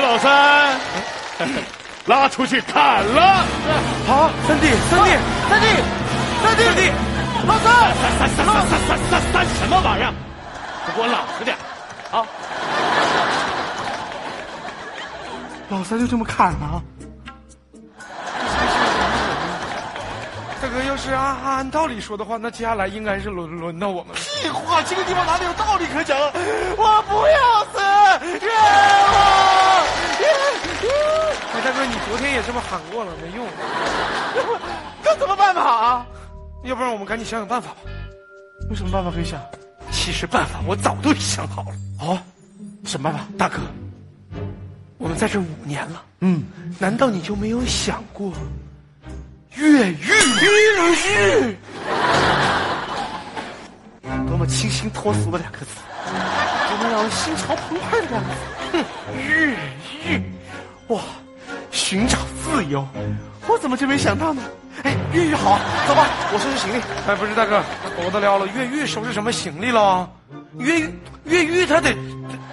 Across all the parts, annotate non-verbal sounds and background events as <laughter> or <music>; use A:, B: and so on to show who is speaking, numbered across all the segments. A: 老三，拉出去砍了！
B: 好，三弟，三弟，
C: 哦三弟，三弟，
B: 三弟，
C: 老三，
A: 三三三三三三三三什么玩意儿？你给我老实点啊！
B: 老三就这么啊砍了。大哥，要是按按道理说的话，那接下来应该是轮轮到我们了。
C: 屁话，这个地方哪里有道理可讲？我不要死，冤枉！
B: 哎，大哥，你昨天也这么喊过了，
A: <laughs>
B: 没用。
C: 这怎么办法啊？
B: 要不然我们赶紧想想办法吧。有什么办法可以想？
A: 其实办法我早都已想好了，
B: 哦，什么办法？
A: 大哥，我们在这五年了，
B: 嗯，
A: 难道你就没有想过越狱？
B: 越狱。
A: 多么清新脱俗的两个字，多么让人心潮澎湃的两个字！哼，越狱，哇，寻找自由，我怎么就没想到呢？哎，越狱好啊，走吧，我收拾行李。
B: 哎，不是大哥，我都撩了，越狱收拾什么行李了啊？越狱越狱他得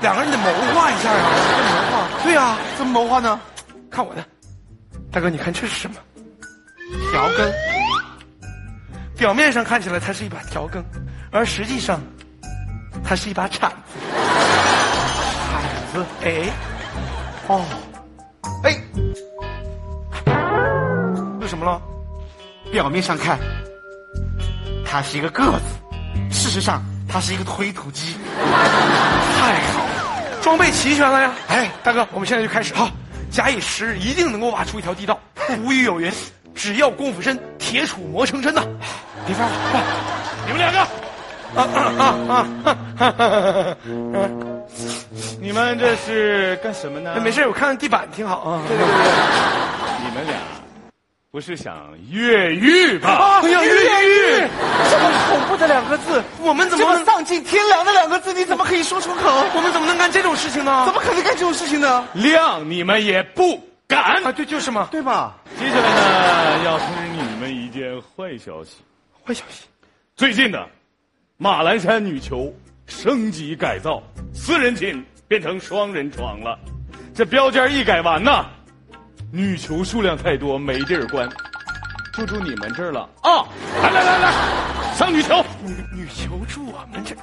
B: 两个人得谋划一下呀、啊，谋划。对呀、啊，
C: 怎么谋划呢？
B: 看我的，大哥，你看这是什么？调羹。表面上看起来它是一把调羹，而实际上，它是一把铲子。
A: 铲子，
B: 哎，
A: 哦，
C: 哎，
B: 这什么了？
A: 表面上看，它是一个个子，事实上它是一个推土机。
B: 太好了，装备齐全了呀！
A: 哎，
B: 大哥，我们现在就开始好，假以时日，一定能够挖出一条地道。古语有云：“只要功夫深，铁杵磨成针”呐。
A: 别发了，你们两个，
B: 啊啊啊啊！
D: 你们这是干什么呢？
B: 没事，我看看地板挺好啊。
D: 你们俩不是想越狱吧？
B: 哎呀，越狱！
C: 这么恐怖的两个字，
B: 我们怎
C: 这
B: 么
C: 么
B: 能
C: 丧尽天良的两个字，你怎么可以说出口？
B: 我们怎么能干这种事情呢？
C: 怎么可能干这种事情呢？
D: 亮你们也不敢。
B: 啊？对，就是嘛。
C: 对吧？
D: 接下来呢，要通知你们一件坏消息。
B: 坏消息，
D: 最近呢，马栏山女球升级改造，四人寝变成双人床了。这标间一改完呐，女球数量太多，没地儿关，就住你们这儿了啊！来来来来，上女球，
B: 女女求助我们这。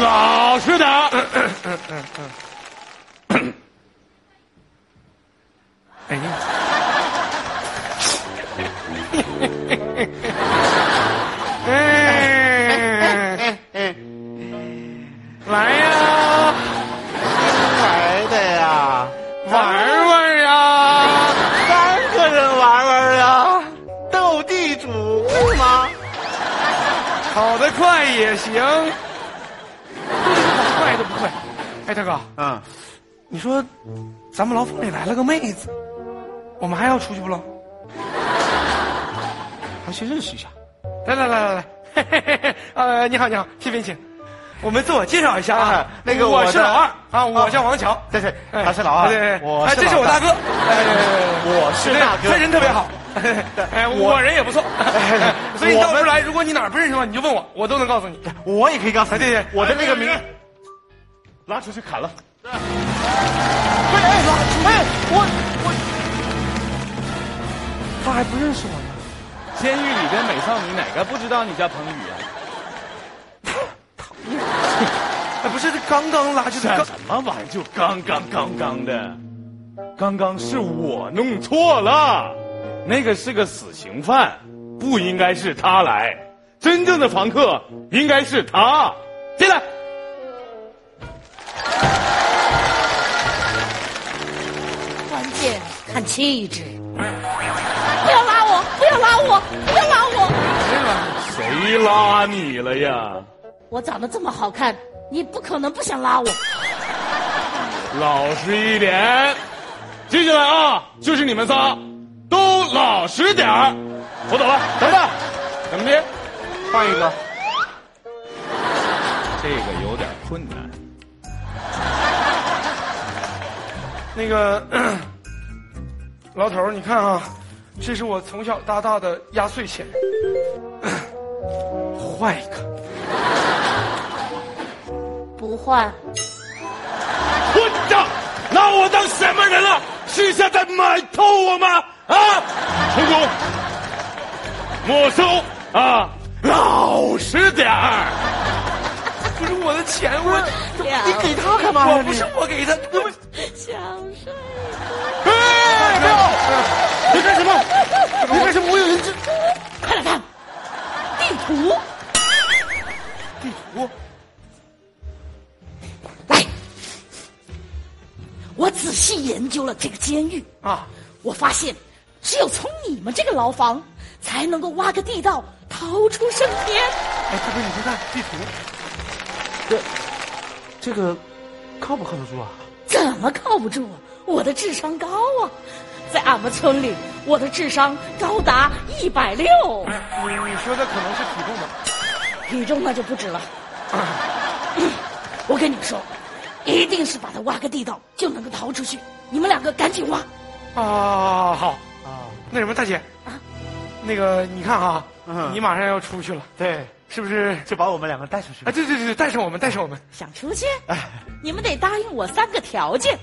D: 老实点儿。
B: 哎呀，哎，来呀，
C: 来的呀，
B: 哎玩玩呀！
C: 三个人玩玩呀，斗地主是吗？
B: 跑得快也行，快都不快。哎，大哥，
C: 嗯，
B: 你说，咱们牢房里来了个妹子，我们还要出去不喽？
C: 还去认识一下。
B: 来来来来来， <laughs> 嘿嘿嘿嘿，呃，你好你好，谢边请。我们自我介绍一下啊
C: 啊，那个
B: 我
C: 我
B: 是
C: 的
B: 老二啊，我叫王强，
C: 对对，
B: 哎
C: 他是老二，
B: 对对对，
C: 我
B: 哎，
C: 是
B: 这是
C: 老
B: 我大哥，哎，
C: 我是
B: 对
C: 大哥，
B: 他人特别好，哎，我人也不错，
C: 哎
B: <laughs> 所以你到处来，如果你哪儿不认识的话，你就问我，我都能告诉你。
C: 我也可以告诉
B: 哎，
C: 你，
B: 对对，
C: 我的那个名，
D: 哎拉出去砍了。哎
C: 哎哎，老哎，我
B: 他还不认识我呢。
D: 监狱里的美少女哪个不知道你叫彭宇啊？
B: 哎，不是，这刚刚拉去的，
D: 干
B: 刚
D: 什么玩意儿？就刚刚刚刚的，刚刚是我弄错了，那个是个死刑犯，不应该是他来，真正的房客应该是他。进来，
E: 关键看气质。不要拉我！不要拉我！不要拉我！
D: 谁拉你了呀？
E: 我长得这么好看，你不可能不想拉我。
D: 老实一点，接下来啊，就是你们仨，都老实点儿。我走了，等等，怎么的？
C: 换一个，
D: 这个有点困难。
B: 那个咳老头儿，你看啊，这是我从小到大的压岁钱， <coughs> 咳换一个。
E: 不换，
D: 换我当什么人了？啊是想在买通我吗？啊！成功，没收啊！老实点儿，
B: 不是我的钱，我
A: 你给他干嘛呀？
B: 哎我不
A: 你
B: 是我给他，我
E: 小帅，
A: 哎不要你干什么？你干什么？我有人这
E: 快来看地图，
B: 我
E: 来，我仔细研究了这个监狱，
B: 啊，
E: 我发现只有从你们这个牢房才能够挖个地道，逃出升天。
B: 哎，大哥，你别看地图，
A: 这个靠不靠得住啊？
E: 怎么靠不住啊？我的智商高啊，在俺们村里，我的智商高达一百六，
B: 你你说的可能是体重吧？
E: 体重那就不止了。啊 <clears throat> 我跟你们说，一定是把他挖个地道就能够逃出去。你们两个赶紧挖，
B: 啊，好，
A: 啊，
B: 那什么，大姐，那个你看啊，
A: 嗯
B: 你马上要出去了，
A: 对，
B: 是不是？
A: 就把我们两个带出去
B: 啊，。对对对，对带上我们，带上我们。
E: 想出去，
A: 哎
E: 你们得答应我三个条件。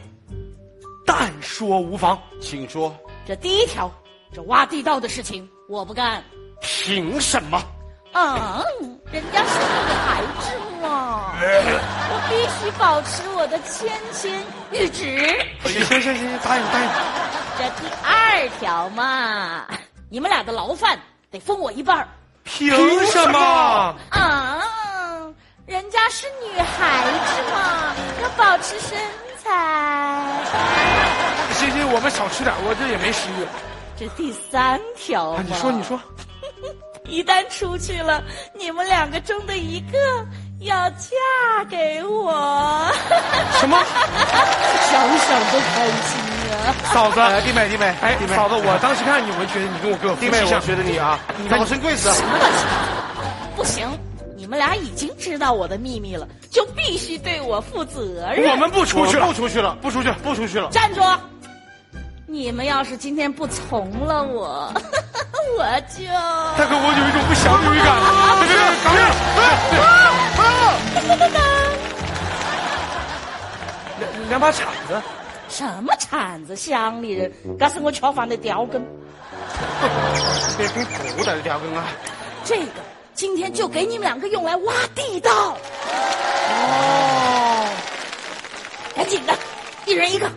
B: 但说无妨，
A: 请说，
E: 这第一条，这挖地道的事情我不干。
A: 凭什么？
E: 嗯，人家是女孩子嘛，
A: 哎
E: 我必须保持我的谦谦玉指。
B: 行行行行，答应答应。
E: 这第二条嘛，你们俩的牢饭得分我一半儿
B: 凭
A: 什么？
E: 啊！人家是女孩子嘛，要保持身材。
B: 行行，我们少吃点，我这也没食欲了。
E: 这第三条
B: 啊
E: 嘛，
B: 你说你，说，
E: 一旦出去了，你们两个中的一个要嫁给我，
B: 什么？
E: <laughs> 想想都开心啊！
B: 嫂子，
A: 哎，弟妹，弟妹，
B: 哎
A: 弟，妹，
B: 嫂子，我当时看你，我就觉得你跟我哥有夫
A: 弟妹，
B: 妻
A: 我
B: 相。
A: 觉得你啊，老生贵子，
E: 不行，你们俩已经知道我的秘密了，就必须对我负责任。
B: 我们不出去
A: 我
B: 了
A: 不，出去了，
B: 不出去，不出去了。
E: 站住！你们要是今天不从了我， <laughs> 我就
B: 大哥，我有一种不祥的预感了。别别别，赶紧！两两把铲子，
E: 什么铲子乡里人，那是我吃饭的调羹。
A: 别跟狗在这条根啊！
E: 这个今天就给你们两个用来挖地道。哦，赶紧的，一人一个。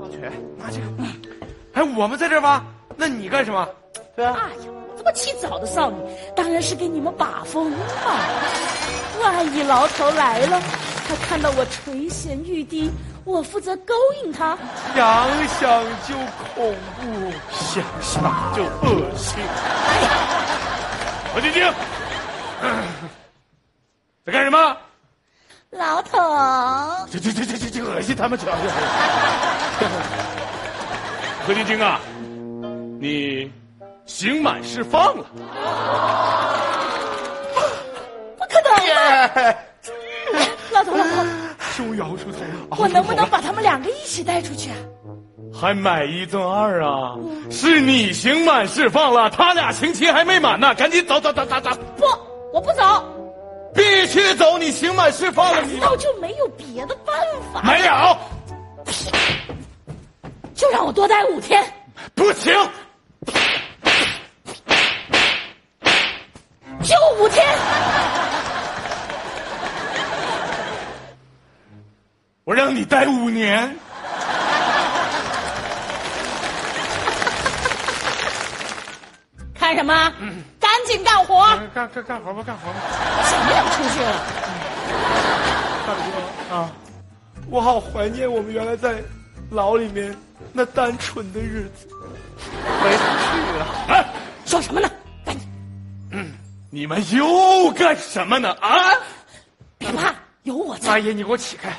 A: 抱拳，
B: 拿这个。哎，我们在这儿挖，那你干什么？
A: 对啊，
E: 哎呀，这么起早的少女，当然是给你们把风嘛。万一牢头来了，他看到我垂涎欲滴，我负责勾引他。
B: 想想就恐怖。
A: 想想就恶心。
D: 何哎晶晶，在干什么？
E: 老头，
D: 这这这这这这恶心他们去了！何晶晶啊，你刑满释放了，
E: 不可
B: 哎
E: 能吧！ <laughs> 老头，老头，
B: 终于熬出头了。
E: 我能不能把他们两个一起带出去啊？
D: 还买一赠二啊？是你刑满释放了，他俩刑期还没满呢，赶紧走走走走走，
E: 不，我不走，
D: 必须走！你刑满释放了，
B: 哎
D: 你
E: 那我就没有别的办法，
D: 没有
E: 就让我多待五天。
D: 不行，
E: 就五天，
D: 我让你待五年。
E: 看什么？赶紧干活！
B: 哎嗯干干干活吧，干活吧。
E: 想不想出去了？
B: 我好怀念我们原来在牢里面那单纯的日子。
D: 哎，
E: 说什么呢？赶紧。
D: 你们又干什么呢？啊？
E: 别怕，有我在。
D: 哎
B: 大爷，你给我起开！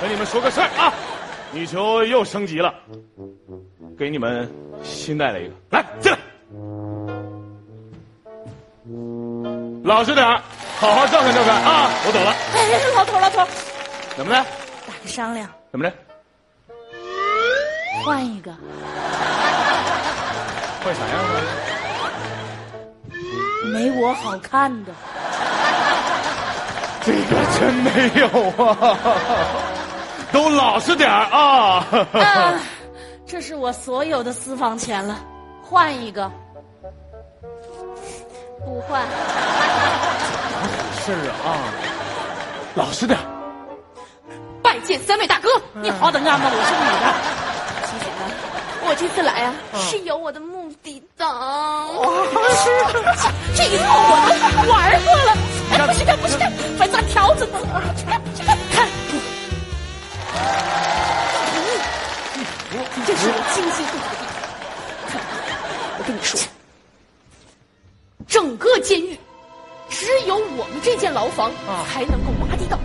D: 跟你们说个事儿啊，女球又升级了，给你们新带了一个，来进来，老实点儿，好好照看照看啊！我走了，
E: 哎，老头，老头，
D: 怎么的？
E: 打个商量，
D: 怎么的？
E: 换一个。
D: 换啥样了？
E: 没我好看的，
D: 这个真没有啊！都老实点儿啊！
E: 啊， <laughs> 这是我所有的私房钱了，换一个。不换，
D: 是啊，老实点儿。哎
E: 拜见三位大哥，你好等啊嘛，我是女的。其实呢，我这次来啊
D: 嗯
E: 是有我的目的的。
D: 哦
E: 这一套我都玩过了，哎，不是这，不是这，反大条子，这个这个看。 <laughs> 这是我精心布置的地方。看，我跟你说，整个监狱只有我们这间牢房
B: 啊
E: 才能够挖地道，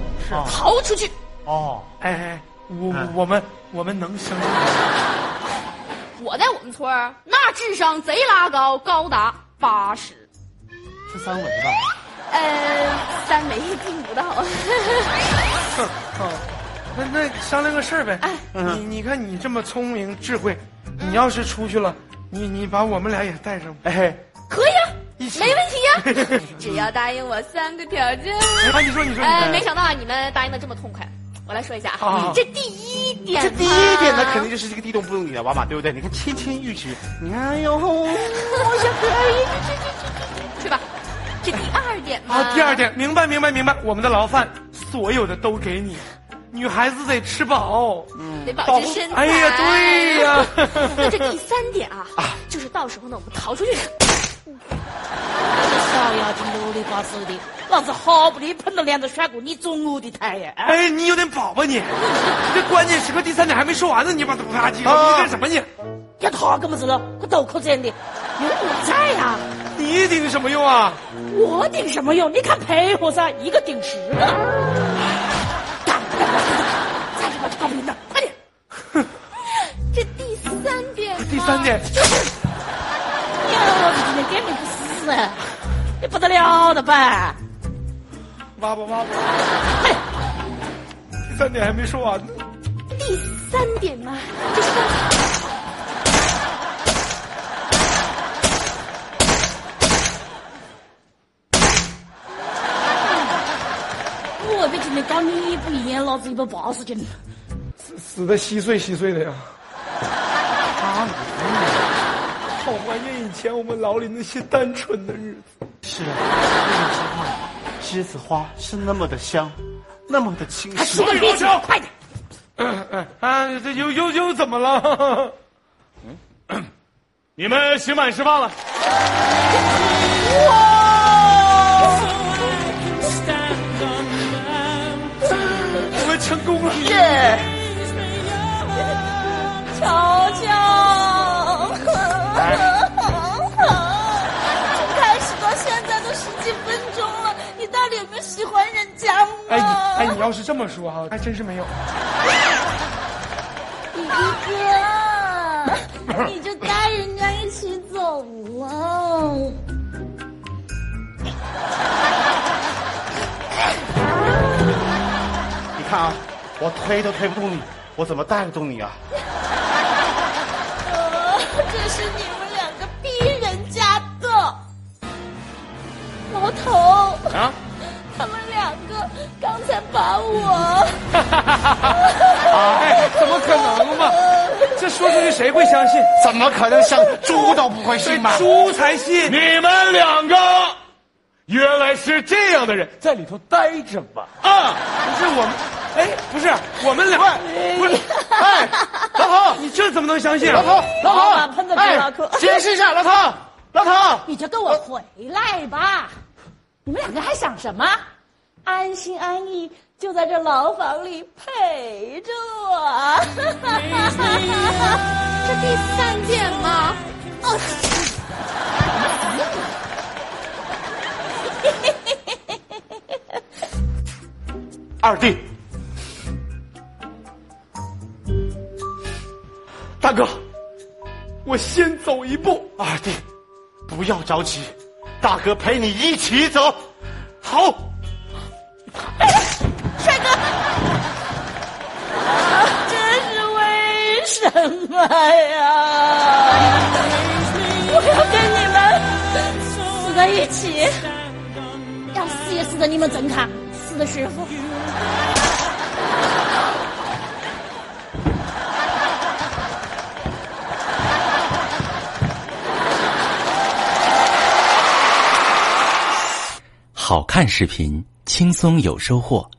E: 逃出去。
B: 哦，哎哎，我
A: 嗯
B: 我们我们能生吗？
E: 我在我们村儿那智商贼拉高，高达八十。
B: 是三维吧？
E: 呃，三没并不到。 <laughs>
B: 那那商量个事儿呗。
E: 嗯
A: 嗯
B: 你你看你这么聪明智慧，你要是出去了，你你把我们俩也带上吧。
A: 哎，
E: 可以啊，
B: 一起
E: 没问题
B: <laughs>
E: 呀、只要答应我三个条件。
B: 啊，你说你说你
E: 呃，
B: 带
E: 没想到啊，你们答应的这么痛快。我来说一下
B: 好好
E: 啊
B: 好，
E: 这第一点，
A: 这第一点
C: 啊
A: 呢，肯定就是这个地洞不用你来挖嘛，对不对？你看纤纤玉指，你看，哎呦，
E: 我想可以，这这这这这，去吧。这第二点嘛，
B: 啊，第二点，明白明白明白，我们的牢饭所有的都给你，女孩子得吃饱，
E: 得保
B: 保
E: 持
B: 护
E: 身材。
B: 哎呀，对呀、
E: 那这第三点啊，就是到时候呢，我们逃出去。哎小丫头，啰里吧嗦的，老子好不容易碰到两个帅哥，你中我的态呀！哎
B: 哎，你有点饱吧你？这关键时刻第三点还没说完呢，你把他啪叽，你干什么你？
E: 要他干么子了？我豆蔻这样的，有啊我在呀、
B: 你顶什么用啊？
E: 我顶什么用？你看裴和尚一个顶十个。干不干不干不干再去把这搞平了，快点！这第三点，
B: 第三点，
E: 哎呀，我的天，根本不是啊，这不得了的吧？
B: 挖吧挖吧，
E: 快点！
B: <laughs> 第三点还没说完呢。
E: 第三点嘛，就是 <laughs> 说我的今天搞你不一样，老子一百八十斤。
B: 死的稀碎稀碎的呀！啊，好怀念以前我们牢里那些单纯的日子。
A: 是啊，那种情况，栀子花是那么的香，那么的清
E: 说
A: 新。
E: 个别讲，快点！
B: 啊，这又又又怎么了？
D: 你们刑满释放了。
B: 我们成功了！
E: 瞧瞧，从开始到现在都十几分钟了，你到底有没有喜欢人家吗？
B: 哎你哎，你要是这么说哈、还真是没有。
E: 一哥，你就带人家一起走了。
C: 哎
A: 你看啊，我推都推不动你，我怎么带得动你啊？
E: 呃，这是你们两个逼人家的。老头，
D: 啊，
E: 他们两个刚才把我，
B: 哎，怎么可能嘛？这说出去谁会相信？
A: 怎么可能像猪都不会信嘛？
B: 哎猪才信。
D: 你们两个原来是这样的人，在里头待着吧。啊，
B: 不是我们，哎，不是我们俩，不是，
A: 哎，老头，
B: 你这怎么能相信、
A: 老头
B: 啊？，
A: 老
E: 老板
A: 头
E: 喷，的猪脑壳
A: 解释一下，老头，老头，
E: 你就跟我回来吧。你们两个还想什么？安心安逸就在这牢房里陪着我。 <laughs> 这第三点吗？哦。
A: 二弟，
B: 大哥，我先走一步。
A: 二弟，哎不要着急，大哥陪你一起走。好，
E: 这是为什么呀？我要跟你们死在一起，要死也死在你们整卡，死的时候。
F: 好看视频，轻松有收获。